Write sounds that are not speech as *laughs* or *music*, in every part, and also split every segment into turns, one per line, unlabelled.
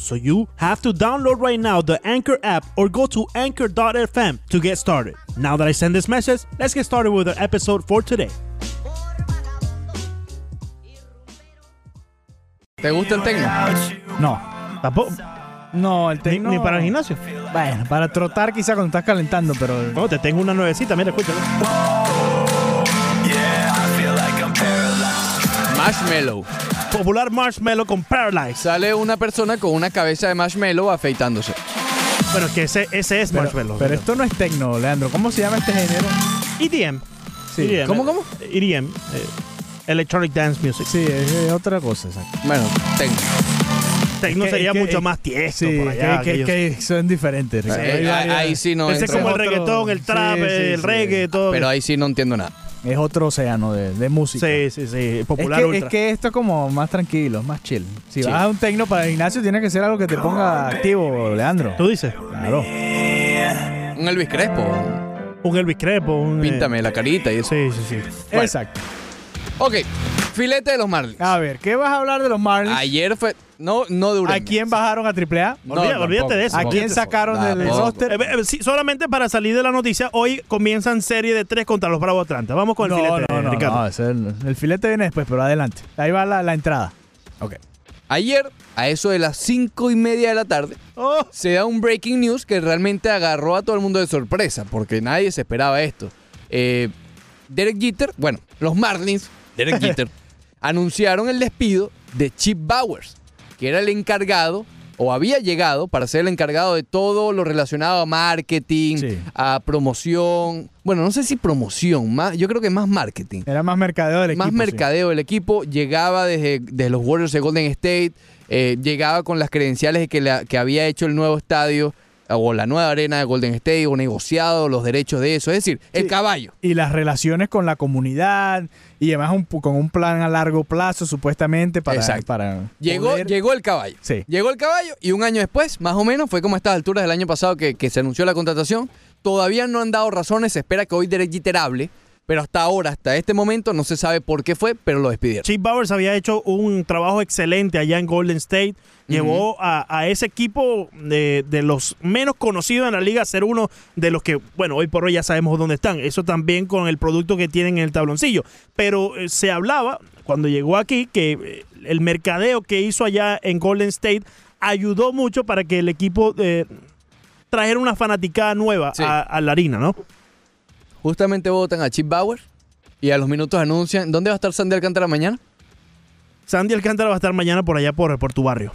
So you have to download right now the Anchor app or go to anchor.fm to get started. Now that I send this message, let's get started with our episode for today.
¿Te gusta el tecno?
No.
Tampoco,
No, el
ni,
tecno.
ni para el gimnasio.
Bueno, para trotar quizá cuando estás calentando, pero.
No, te tengo una nuevecita, mira, escúchalo.
Marshmallow.
Popular Marshmallow con Paralyze.
Sale una persona con una cabeza de marshmallow afeitándose.
Bueno, que ese, ese es
Pero,
Marshmallow. E
pero esto no es tecno, Leandro. ¿Cómo se llama este género?
EDM.
Sí.
EDM.
¿Cómo, cómo?
EDM. eh, Electronic Dance Music.
Sí, es, eh, otra cosa, exacto.
Bueno, tecno.
Tecno
que-
sería
que-
mucho más tiesto
Sí,
por allá.
que, que-
aquellos-
que son diferentes. Ricardo.
Eh,
Hay
ah,
varias-
ahí sí no
ese es
entro.
como el
otro-
reggaetón, el trap,
sí, sí,
el
sí.
reggae, todo.
Pero ahí sí no entiendo nada.
Es otro océano de, de música.
sí, sí, sí.
Es
Popular
que,
ultra.
es que esto es como más tranquilo, más chill. Si
Sí.
vas a un tecno para el gimnasio, tiene que ser algo que te ponga activo, Leandro.
Tú dices,
Claro.
Un Elvis Crespo.
un Elvis Crepo, un... eh,
Píntame la carita y eso.
Sí, sí, sí.
Exacto.
Ok, filete de los Marlins.
A ver, ¿qué vas a hablar de los Marlins?
Ayer fue. No, no duré.
¿A quién bajaron a AAA?
Olvida-
No, tampoco,
olvídate de eso.
¿A
No,
quién
tampoco.
sacaron del
Tampoco.
roster?
Eh, eh, sí, solamente para salir de la noticia, hoy comienzan serie de tres contra los Bravos Atlanta. Vamos con el filete, Ricardo.
no, ese- el, el filete viene después, pero adelante. Ahí va la, la entrada. Ok.
Ayer, a eso de las cinco y media de la tarde,
Oh,
se da un breaking news que realmente agarró a todo el mundo de sorpresa, porque nadie se esperaba esto. Eh, Derek Jeter, bueno, los Marlins, *laughs* Derek Jeter, anunciaron el despido de Chip Bowers, que era el encargado o había llegado para ser el encargado de todo lo relacionado a marketing,
Sí.
a promoción. Bueno, no sé si promoción, más, yo creo que más marketing
Era más mercadeo del este equipo.
más
sí.
mercadeo del equipo. Llegaba desde, desde los Warriors de Golden State, eh, llegaba con las credenciales de que, la- que había hecho el nuevo estadio o la nueva arena de Golden State o negociado los derechos de eso. Es decir, el
Sí.
caballo.
Y las relaciones con la comunidad y además un pu- con un plan a largo plazo, supuestamente, para.
Exacto.
para
Llegó,
poder-
llegó el caballo.
Sí.
Llegó el caballo y un año después, más o menos, fue como a estas alturas del año pasado que, que se anunció la contratación. Todavía no han dado razones, se espera que hoy Derek Jeter hable, pero hasta ahora, hasta este momento, no se sabe por qué fue, pero lo despidieron.
Chip Bowers había hecho un trabajo excelente allá en Golden State. Llevó a, a ese equipo de, de los menos conocidos en la liga a ser uno de los que, bueno, hoy por hoy ya sabemos dónde están. Eso también con el producto que tienen en el tabloncillo. Pero eh, se hablaba, cuando llegó aquí, que eh, el mercadeo que hizo allá en Golden State ayudó mucho para que el equipo eh, trajera una fanaticada nueva
Sí.
a, a la harina, ¿no?
Justamente votan a Chip Bauer y a los minutos anuncian, ¿dónde va a estar Sandy Alcántara mañana?
Sandy Alcántara va a estar mañana por allá, por, por tu barrio.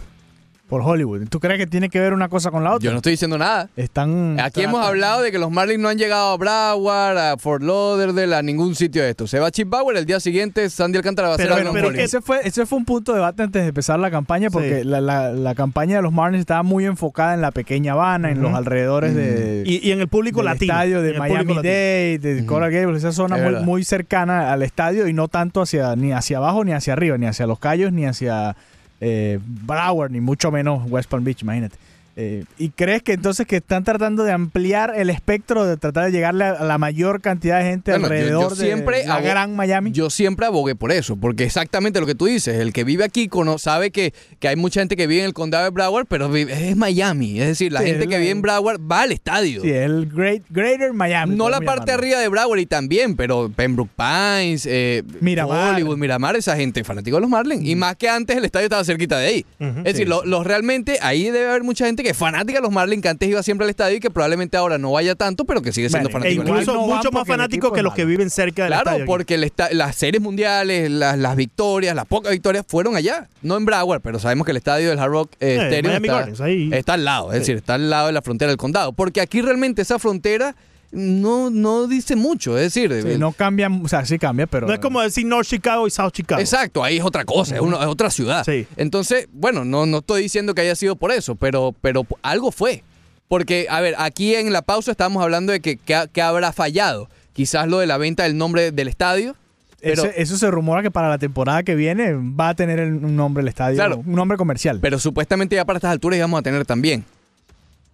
Por Hollywood. ¿Tú crees que tiene que ver una cosa con la otra?
Yo no estoy diciendo nada.
Están.
Aquí
están-
hemos hablado de que los Marlins no han llegado a Broward, a Fort Lauderdale, a ningún sitio de esto. Se va Chip Bauer, el día siguiente Sandy Alcántara va a ser
Pero-
a los
pero
Marlins.
Ese fue, ese fue un punto de debate antes de empezar la campaña porque
Sí.
la, la- la campaña de los Marlins estaba muy enfocada en la pequeña Habana, en
Ujú.
los alrededores de,
Y, y en el público
del
latino.
estadio
en
de
el público
Miami
latino.
Dade, de
Ujú.
Coral Gables, esa zona
Es
muy,
verdad.
muy cercana al estadio y no tanto hacia ni hacia abajo ni hacia arriba, ni hacia Los Cayos, ni hacia eh, Broward, ni mucho menos West Palm Beach, imagínate. Eh, ¿Y crees que entonces que están tratando de ampliar el espectro, de tratar de llegarle a la mayor cantidad de gente
Bueno, yo- yo
alrededor
siempre
de la
hago-
gran Miami?
Yo siempre abogué por eso, porque exactamente lo que tú dices, el que vive aquí cono- sabe que, que hay mucha gente que vive en el condado de Broward, pero vive- es Miami. Es decir, la
Sí,
gente
es
que
la-
vive en Broward va al estadio.
sí, el great, Greater Miami.
no la
podemos
parte
llamarlo.
arriba de Broward y también, pero Pembroke Pines, eh,
Miramar. Mm.
Hollywood, Miramar, esa gente fanático de los Marlins. Y más que antes el estadio estaba cerquita de ahí.
Ujú.
es decir, lo- los realmente, ahí debe haber mucha gente que es fanática de los Marlins, que antes iba siempre al estadio y que probablemente ahora no vaya tanto, pero que sigue siendo
Bueno,
E
fanático. de los
incluso
no van
mucho
porque
más
el
fanáticos
equipo
que
es
los que
malo.
viven cerca del
Claro,
estadio. aquí.
porque el esta- las series mundiales, las, las victorias, las pocas victorias fueron allá. No en Broward, pero sabemos que el estadio del Hard Rock
Eh,
eh, Stadium
Miami
está,
Gardens, ahí.
está al lado, es decir, está al lado de la frontera del condado. Porque aquí realmente esa frontera no, no dice mucho. Es decir,
Sí, no cambia, o sea, sí cambia, pero.
No es como decir North Chicago y South Chicago.
Exacto, ahí es otra cosa, es, una- es otra ciudad.
Sí.
Entonces, bueno, no, no estoy diciendo que haya sido por eso, pero, pero algo fue. Porque, a ver, aquí en la pausa estábamos hablando de que, que, ha- que habrá fallado. Quizás lo de la venta del nombre del estadio. Pero,
Ese- eso se rumora que para la temporada que viene va a tener el- un nombre el estadio,
Claro.
un nombre comercial.
pero supuestamente ya para estas alturas íbamos a tener también.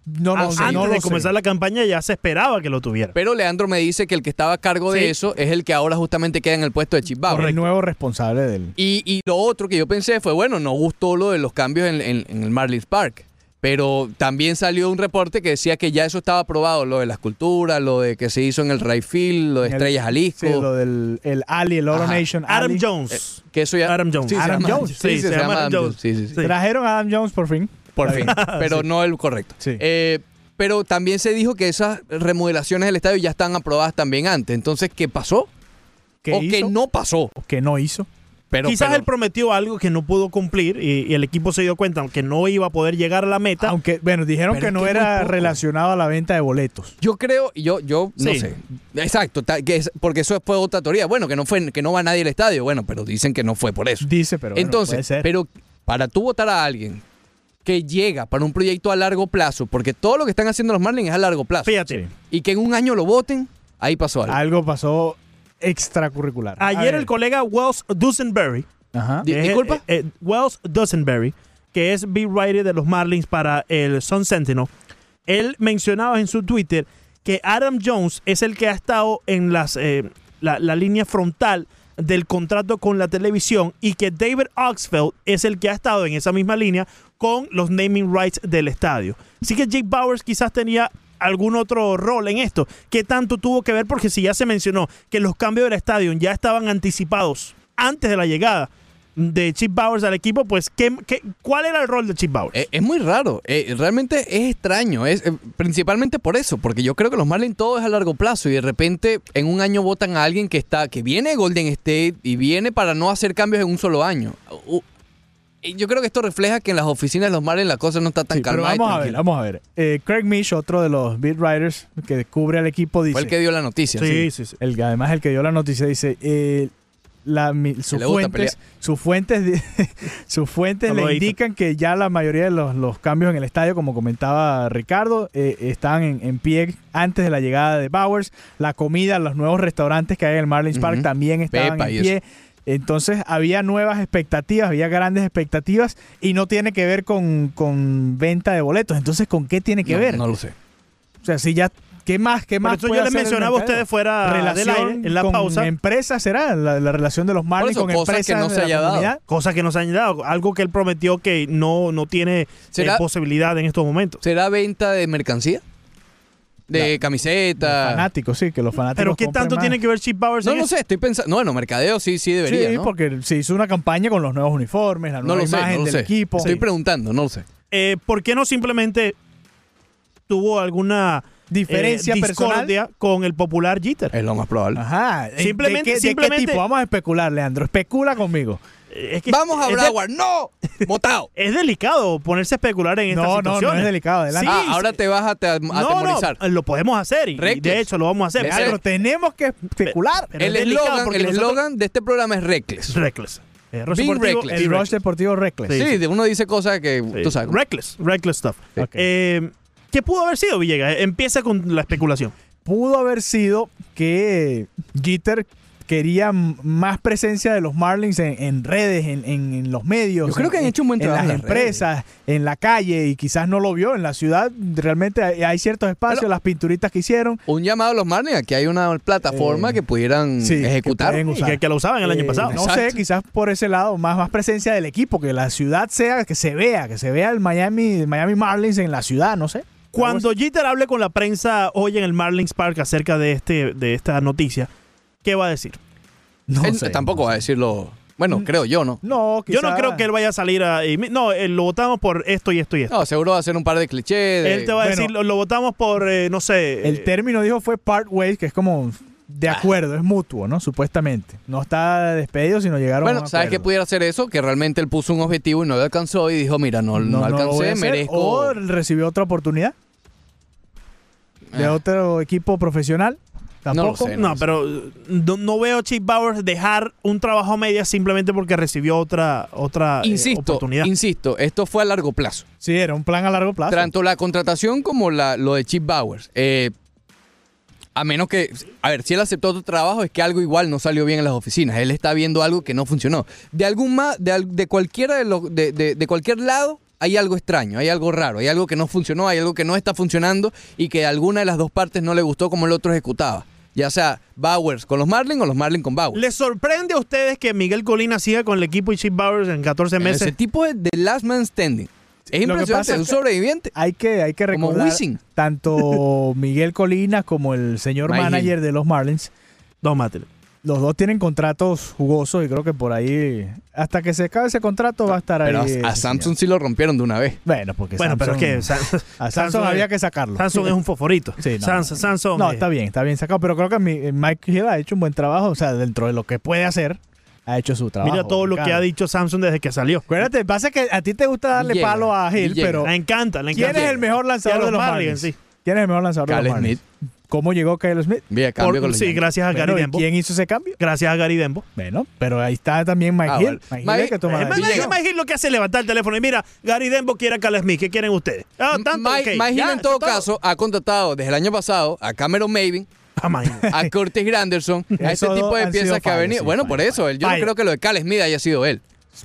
no, no,
Antes
no lo
de
sé.
comenzar la campaña ya se esperaba que lo tuviera.
Pero Leandro me dice que el que estaba a cargo
Sí.
de eso es el que ahora justamente queda en el puesto de Chip Bauer.
el nuevo responsable del.
Y, y lo otro que yo pensé fue, bueno, no gustó lo de los cambios en, en- en el Marlins Park. Pero también salió un reporte que decía que ya eso estaba aprobado, lo de la escultura, lo de que se hizo en el Rayfield, lo de
En el-
Estrellas Jalisco.
Sí, lo del el Ali, el Oro
Ajá.
Nation.
Adam
Ali. eh,
Jones.
que eso ya-
Adam Jones.
Sí, se
Adam
llama-
Jones.
Sí, se, llama Adam Jones. Sí, sí, sí.
Sí.
Trajeron a Adam Jones por fin.
Por
Está *laughs*
fin. Pero no el correcto.
Sí.
Eh, pero también se dijo que esas remodelaciones del estadio ya están aprobadas también antes. Entonces, ¿qué pasó?
¿Qué
o
hizo?
que no pasó.
que no hizo.
Pero,
Quizás
pero-
él prometió algo que no pudo cumplir y, y el equipo se dio cuenta que no iba a poder llegar a la meta.
Aunque, bueno, dijeron
Pero
que
es
no
que muy
era
poco.
relacionado a la venta de boletos.
Yo creo, yo, yo no
Sí.
sé. Exacto, ta- que es- porque eso fue otra teoría. Bueno, que no fue, que no va nadie al estadio. Bueno, pero dicen que no fue por eso.
Dice, pero bueno, puede
Entonces,
ser.
pero para tú votar a alguien que llega para un proyecto a largo plazo, porque todo lo que están haciendo los Marlins es a largo plazo,
Fíjate,
y que en un año lo voten, ahí pasó algo.
algo pasó extracurricular. A
ayer
ver.
el colega Wells Dusenberry,
Ajá.
Di-
que es-
disculpa.
eh, eh, Wells Dusenberry, que es beat writer de los Marlins para el Sun Sentinel, él mencionaba en su Twitter que Adam Jones es el que ha estado en las, eh, la, la línea frontal del contrato con la televisión y que David Oxfeld es el que ha estado en esa misma línea con los naming rights del estadio. Así que Jake Bowers quizás tenía algún otro rol en esto. ¿Qué tanto tuvo que ver? Porque si ya se mencionó que los cambios del estadio ya estaban anticipados antes de la llegada de Chip Bowers al equipo, pues ¿qué, qué- cuál era el rol de Chip Bowers?
Eh, Es, muy raro, eh, realmente es extraño, es eh, principalmente por eso, porque yo creo que los Marlins todo es a largo plazo y de repente en un año votan a alguien que está que viene de Golden State y viene para no hacer cambios en un solo año. Uh, y yo creo que esto refleja que en las oficinas de los Marlins la cosa no está tan
Sí, pero
calmada. y
vamos a ver,
tranquila.
vamos a ver. Eh, Craig Mish, otro de los beat writers que cubre al equipo, dice.
Fue el que dio la noticia. sí.
sí, sí.
el- además, el que dio la noticia dice. eh, la, mi- sus,
le gusta
fuentes, sus fuentes di- *laughs* sus fuentes
No lo
le
dice.
indican que ya la mayoría de los, los cambios en el estadio, como comentaba Ricardo, eh, están en, en pie antes de la llegada de Bowers. La comida, los nuevos restaurantes que hay en el Marlins Park
Ujú.
también estaban
Pepa y
en
eso.
pie. Entonces había nuevas expectativas, había grandes expectativas y no tiene que ver con, con venta de boletos. Entonces, ¿con qué tiene que
No,
ver?
No lo sé.
O sea, si ya, ¿qué más? ¿Qué
Por
más?
eso
puede
yo les
hacer el
mencionaba a
mercadeo?
ustedes fuera del aire,
relación
en la
con
pausa,
empresas será la, la relación de los Marlins
eso,
con
cosas
empresas
que no
de
se
la
haya dado.
comunidad.
cosas que nos han dado, algo que él prometió que no, no tiene eh,
¿Será-
pues,
posibilidad en estos momentos.
¿Será venta de mercancía? De
Los
camiseta.
fanáticos, sí, que los fanáticos.
Pero ¿qué
compren
tanto
más.
tiene que ver Chip Bowers
No
en
lo
eso?
sé, estoy pensando. Bueno, mercadeo sí, sí debería.
Sí,
¿no?
porque se hizo una campaña con los nuevos uniformes, la
No
nueva
lo sé,
imagen
no lo
del
sé.
equipo.
Estoy
Sí.
preguntando, no lo sé.
Eh, ¿Por qué no simplemente eh, tuvo alguna eh,
Diferencia personal.
discordia con el popular Jeter?
Es lo más probable.
Ajá. ¿De
Simplemente-
qué- ¿De qué,
simplemente-
tipo? Vamos a especular, Leandro. Especula conmigo.
Eh, es que
Vamos a
es de-
Broward. ¡No! ¡Motao!
Es delicado ponerse a especular en
No,
estas
no, no es
situaciones.
delicado. Adelante.
Sí,
ah, ahora te vas a, te- a
no, no,
atemorizar.
lo podemos hacer y, y
Reckless.
de hecho lo vamos a hacer.
Le-
pero-
Leandro, tenemos que especular.
pero
el
es delicado
eslogan
porque
el
nosotros-
eslogan de este programa es reckless.
Reckless. Eh, Rush
Being
Deportivo-
reckless.
Sí,
El Rush Deportivo Reckless.
Sí,
Sí,
sí.
de uno dice cosas que tú
Sí.
sabes.
Reckless, reckless stuff.
Ok.
Eh, ¿Qué pudo haber sido, Villegas? Empieza con la especulación.
pudo haber sido que Jeter quería m- más presencia de los Marlins en, en redes, en, en- en los medios.
Yo creo que han hecho un buen trabajo
En las
en las redes.
empresas, en la calle, y quizás no lo vio en la ciudad. Realmente hay, hay ciertos espacios,
Pero-
las pinturitas que hicieron.
Un llamado a los Marlins a que hay una plataforma
Eh,
que pudieran
sí, que
ejecutar.
pueden
Y
usar.
que, que la usaban el año
Eh,
pasado.
No sé,
Exacto.
quizás por ese lado, más, más presencia del equipo, que la ciudad sea, que se vea, que se vea el Miami, el Miami Marlins en la ciudad, no sé.
Cuando Jeter hable con la prensa hoy en el Marlins Park acerca de, este, de esta noticia, ¿qué va a decir?
No
Él
sé.
tampoco va a decirlo.
Mm.
Bueno, creo yo, ¿no?
No,
Yo no
quizás-
creo que él vaya a salir a... y mi- no, eh, lo votamos por esto y esto y esto.
No, seguro va a hacer un par de clichés. de-
él te va a
bueno.
decir, lo, lo votamos por, eh, no sé...
El
eh,
término dijo fue part ways, que es como de
Ah.
acuerdo, es mutuo, ¿no? Supuestamente. No está despedido, sino llegaron a
Bueno,
un
¿sabes qué
acuerdo.
pudiera hacer eso? Que realmente él puso un objetivo y no lo alcanzó y dijo, mira, no, no,
lo voy a
alcancé,
hacer,
merezco...
O recibió otra oportunidad. de
Ah.
otro equipo profesional.
No lo
Tampoco.
sé.
No, pero eh, no, no veo a Chase Bowers dejar un trabajo a medias simplemente porque recibió otra, otra eh,
Insisto,
oportunidad.
insisto, esto fue a largo plazo.
Ah, Sí, era un plan a largo plazo.
Tanto la contratación como la, lo de Chip Bowers. Eh, a menos que, a ver, si él aceptó otro trabajo es que algo igual no salió bien en las oficinas. Él está viendo algo que no funcionó. De algún ma- de, al- de cualquiera de los, de, de- de cualquier lado hay algo extraño, hay algo raro, hay algo que no funcionó, hay algo que no está funcionando y que a alguna de las dos partes no le gustó como el otro ejecutaba. Ya sea Bowers con los Marlins o los Marlins con Bowers.
¿Les sorprende a ustedes que Miguel Colina siga con el equipo y Chip Bowers en 14
Ese
meses?
tipo es de last man standing. Es
Lo que
impresionante,
pasa
es
es
un
que-
sobreviviente.
Hay que, hay que
Como
recordar
Wisin. *laughs*
tanto Miguel Colina como el señor
Mike Hill.
manager de los Marlins.
No, mátelo.
Los dos tienen contratos jugosos y creo que por ahí, hasta que se acabe ese contrato, va a estar
Pero a,
ahí.
a
ese
Samsung
señor.
sí lo rompieron de una vez.
Bueno, porque
Bueno, pero es
Samsung-
que Sam-
a Samsung
Samsung-
había que
*laughs*
sacarlo.
Samsung es un favorito.
Sí, no.
Samsung, Samsung,
No,
eh,
está bien, está bien sacado. Pero creo que mi- eh, Mike Hill ha hecho un buen trabajo. O sea, dentro de lo que puede hacer, ha hecho su trabajo.
Mira todo lo que
Claro.
ha dicho Samsung desde que salió.
Acuérdate, pasa que a ti te gusta darle
Llega,
palo a Hill,
llega.
pero
Le encanta, le
¿quién
encanta.
es el mejor
Y a
lanzador de los Marlins?
sí.
¿Quién es el mejor lanzador de
Cal
los Marlins?
Smith.
¿Cómo llegó Kyle Smith?
Vía cambio
Por-
con los
sí,
Yankees.
gracias a Ah, Gary
Bueno, ¿y
Dembo.
¿Quién hizo ese cambio?
Gracias a Gary Dembo. Eh,
Bueno, pero ahí está también Mike
Ah,
Hill.
bueno.
Mike Hill
Mike-
es el que toma la
Es verdad que
Villegas.
decisión.
Mike Hill lo que hace es levantar el teléfono y mira, Gary Dembo quiere a Cal Smith. ¿Qué quieren ustedes? Ah, tanto,
Mike,
ok,
Mike Hill,
ya,
en todo
eso es
caso, ha contratado desde el año pasado a Cameron Maven,
Ah,
*laughs*
Mike. *laughs*
a Curtis Granderson, a este
Esos
tipo
dos
de
han sido
piezas que ha
fallos,
venido.
sí,
bueno,
fallos,
por eso, él- yo no
Fallos.
creo que lo de Cal Smith haya sido él.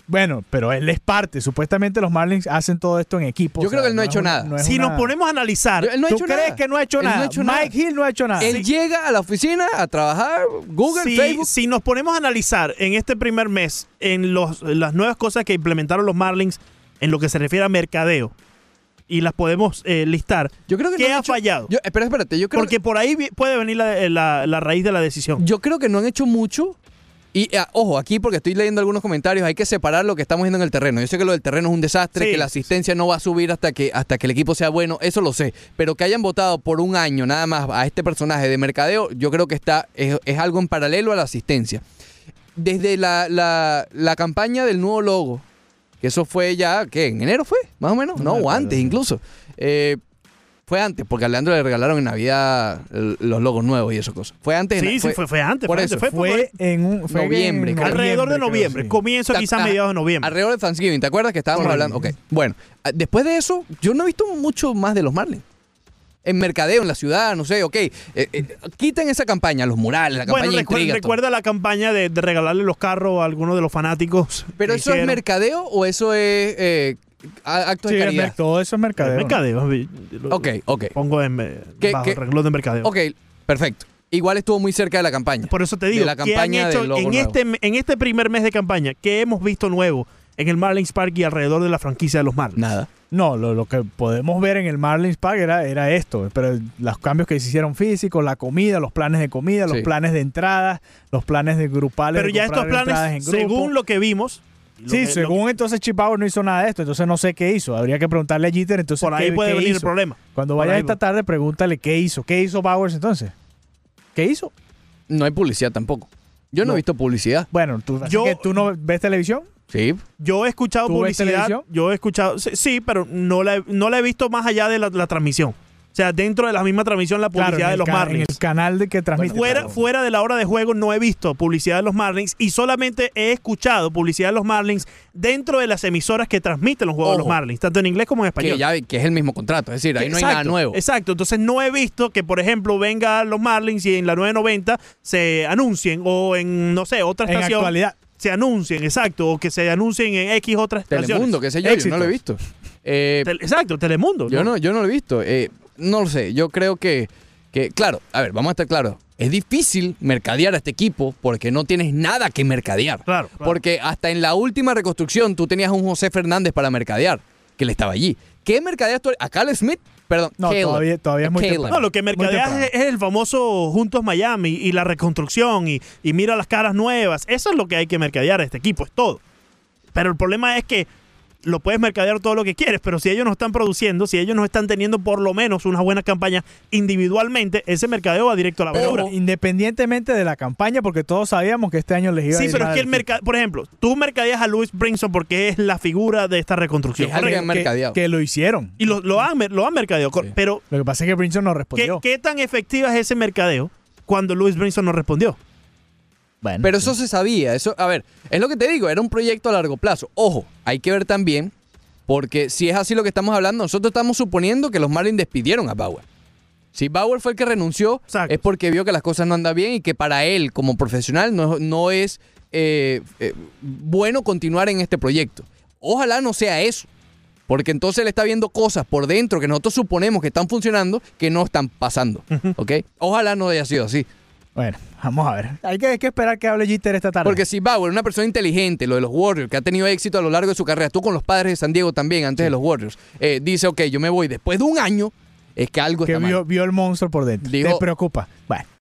Bueno, pero él es parte. Supuestamente los Marlins hacen todo esto en equipo.
Yo
o
creo
sea,
que él no ha
es
hecho
una-
nada.
es
Si
una-
nos ponemos a analizar,
Yo- él no ha
¿Tú
hecho
crees
nada.
que no ha hecho
Él no ha
nada?
hecho nada.
Mike Hill no ha hecho
Ah,
nada.
Él llega a la oficina a trabajar Google,
si,
Facebook.
si nos ponemos a analizar en este primer mes, en los, las nuevas cosas que implementaron los Marlins en lo que se refiere a mercadeo, y las podemos eh, listar,
Yo creo que
¿qué
no han
ha
hecho-
fallado?
Yo, espera, espérate, yo creo,
Porque por ahí vi- puede venir la, eh, la- la raíz de la decisión.
yo creo que no han hecho mucho. Y ah, ojo, aquí porque estoy leyendo algunos comentarios, hay que separar lo que estamos viendo en el terreno. Yo sé que lo del terreno es un desastre,
Sí.
que la asistencia no va a subir hasta que, hasta que el equipo sea bueno, eso lo sé. Pero que hayan votado por un año nada más a este personaje de mercadeo, yo creo que está, es, es algo en paralelo a la asistencia. Desde la, la- la campaña del nuevo logo, que eso fue ya, ¿qué? ¿En enero fue? Más o menos.
No
No,
me
o
acuerdo,
antes
sí.
incluso. Eh, fue antes, porque a Leandro le regalaron en Navidad el- los logos nuevos y eso cosas. Fue antes.
Sí,
de-
sí, fue, fue antes.
por
fue
eso,
antes, fue-
fue en un, fue en
Noviembre, creo.
alrededor de
creo,
noviembre.
sí.
Comienzo
Ta-
quizás
ajá.
mediados de noviembre.
Alrededor de Thanksgiving, ¿te acuerdas que estábamos
Correcto.
hablando? Ok, bueno. ah, Después de eso, yo no he visto mucho más de los Marlins. En mercadeo, en la ciudad, no sé, ok. eh, eh, quiten esa campaña, los murales, la campaña
Bueno, recuer-
intriga. todo.
recuerda la campaña de, de regalarle los carros a algunos de los fanáticos.
¿Pero
que
eso es
hicieron.
mercadeo o eso es eh, a- acto
Sí,
de
el
caridad?
merc- todo eso es mercadeo.
Mercadeo. Lo-
Ok, ok.
Pongo en eh,
¿Qué-
bajo
qué-
el renglón de mercadeo.
Ok, perfecto. Igual estuvo muy cerca de la campaña.
Por eso te digo,
de la
¿qué han
campaña del
hecho
logo
en
nuevo?
este, en este primer mes de campaña? ¿Qué hemos visto nuevo en el Marlins Park y alrededor de la franquicia de los Marlins?
Nada.
No, lo, lo que podemos ver en el Marlins Park era, era esto, pero los cambios que se hicieron físicos, la comida, los planes de comida, los
Sí.
planes de entradas, los planes de grupales.
Pero
de
ya estos
comprar entradas en
planes,
grupo.
según lo que vimos... lo
Sí,
que- lo
según entonces Chip Bauer no hizo nada de esto, entonces no sé qué hizo. Habría que preguntarle a Jeter
que-
entonces
por ahí
qué-
puede
qué
venir el
hizo.
problema.
Cuando
por
vayas
ahí
esta
va.
tarde pregúntale qué hizo, qué hizo Bowers entonces. ¿Qué hizo?
No hay publicidad tampoco. Yo no,
No.
he visto publicidad.
Bueno, tú, así
Yo-
que tú no ves televisión.
Sí.
Yo he escuchado
¿Tú ves
publicidad,
televisión?
yo he escuchado, sí, sí, pero no la, he- no la he visto más allá de la, la transmisión. O sea, dentro de la misma transmisión, la publicidad
Claro, en
de
el
los
ca-
Marlins.
En el canal de que transmite.
Fuera,
claro.
fuera de la hora de juego no he visto publicidad de los Marlins y solamente he escuchado publicidad de los Marlins dentro de las emisoras que transmiten los juegos de los
Ojo.
Marlins, tanto en inglés como en español.
Que, ya, que es el mismo contrato. Es decir, ahí no hay
Exacto,
nada nuevo.
Exacto, entonces no he visto que, por ejemplo, venga los Marlins y en la 990 se anuncien o en, no sé, otra
En
estación
actualidad.
se anuncien, exacto, o que se anuncien en X otras estaciones.
Telemundo, qué sé yo, yo no lo he
Éxitos.
visto. Eh,
Tel- exacto, Telemundo.
Yo no, yo no lo he visto. Eh, no lo sé. Yo creo que, que, claro, a ver, vamos a estar claros. Es difícil mercadear a este equipo porque no tienes nada que mercadear.
Claro, claro.
Porque hasta en la última reconstrucción tú tenías a un José Fernández para mercadear, que le estaba allí. ¿Qué mercadeas tú? ¿A Cal Smith? Perdón.
No,
Caleb.
todavía- todavía es muy
Caleb.
temprano.
No, lo que
Muy
mercadeas
temprano.
es, es el famoso Juntos Miami y la reconstrucción y, y mira las caras nuevas. Eso es lo que hay que mercadear a este equipo, es todo. Pero el problema es que lo puedes mercadear todo lo que quieres, pero si ellos no están produciendo, si ellos no están teniendo por lo menos una buena campaña individualmente, ese mercadeo va directo a la basura.
Pero independientemente de la campaña, porque todos sabíamos que este año les iba a
Sí,
ir
pero es
mal.
que el mercado, por ejemplo, tú mercadeas a Louis Brinson porque es la figura de esta reconstrucción.
Es alguien
correcto.
han mercadeado.
Que lo hicieron.
Y lo, lo han, mer- lo han mercadeado, cor-
Sí.
pero
Lo que pasa es que Brinson no
¿qué,
respondió.
qué tan efectiva es ese mercadeo cuando Louis Brinson no respondió?
Bueno,
Pero
sí.
eso se sabía. Eso, a ver, es lo que te digo, era un proyecto a largo plazo. Ojo, hay que ver también, porque si es así lo que estamos hablando, nosotros estamos suponiendo que los Marlins despidieron a Bauer. Si Bauer fue el que renunció,
Exacto.
es porque vio que las cosas no andan bien y que para él, como profesional, no, no es eh, eh, bueno continuar en este proyecto. Ojalá no sea eso. Porque entonces él está viendo cosas por dentro que nosotros suponemos que están funcionando que no están pasando. ¿Ok? Ojalá no haya sido así.
Bueno, vamos a ver. Hay que, hay que esperar que hable Jeter esta tarde.
Porque si Bauer, una persona inteligente, lo de los Warriors, que ha tenido éxito a lo largo de su carrera, tú con los padres de San Diego también, antes de los Warriors, eh, dice, ok, yo me voy después de un año, es que algo
que
está
vio,
mal.
vio el monstruo por dentro.
Digo-
Te preocupa. Bueno,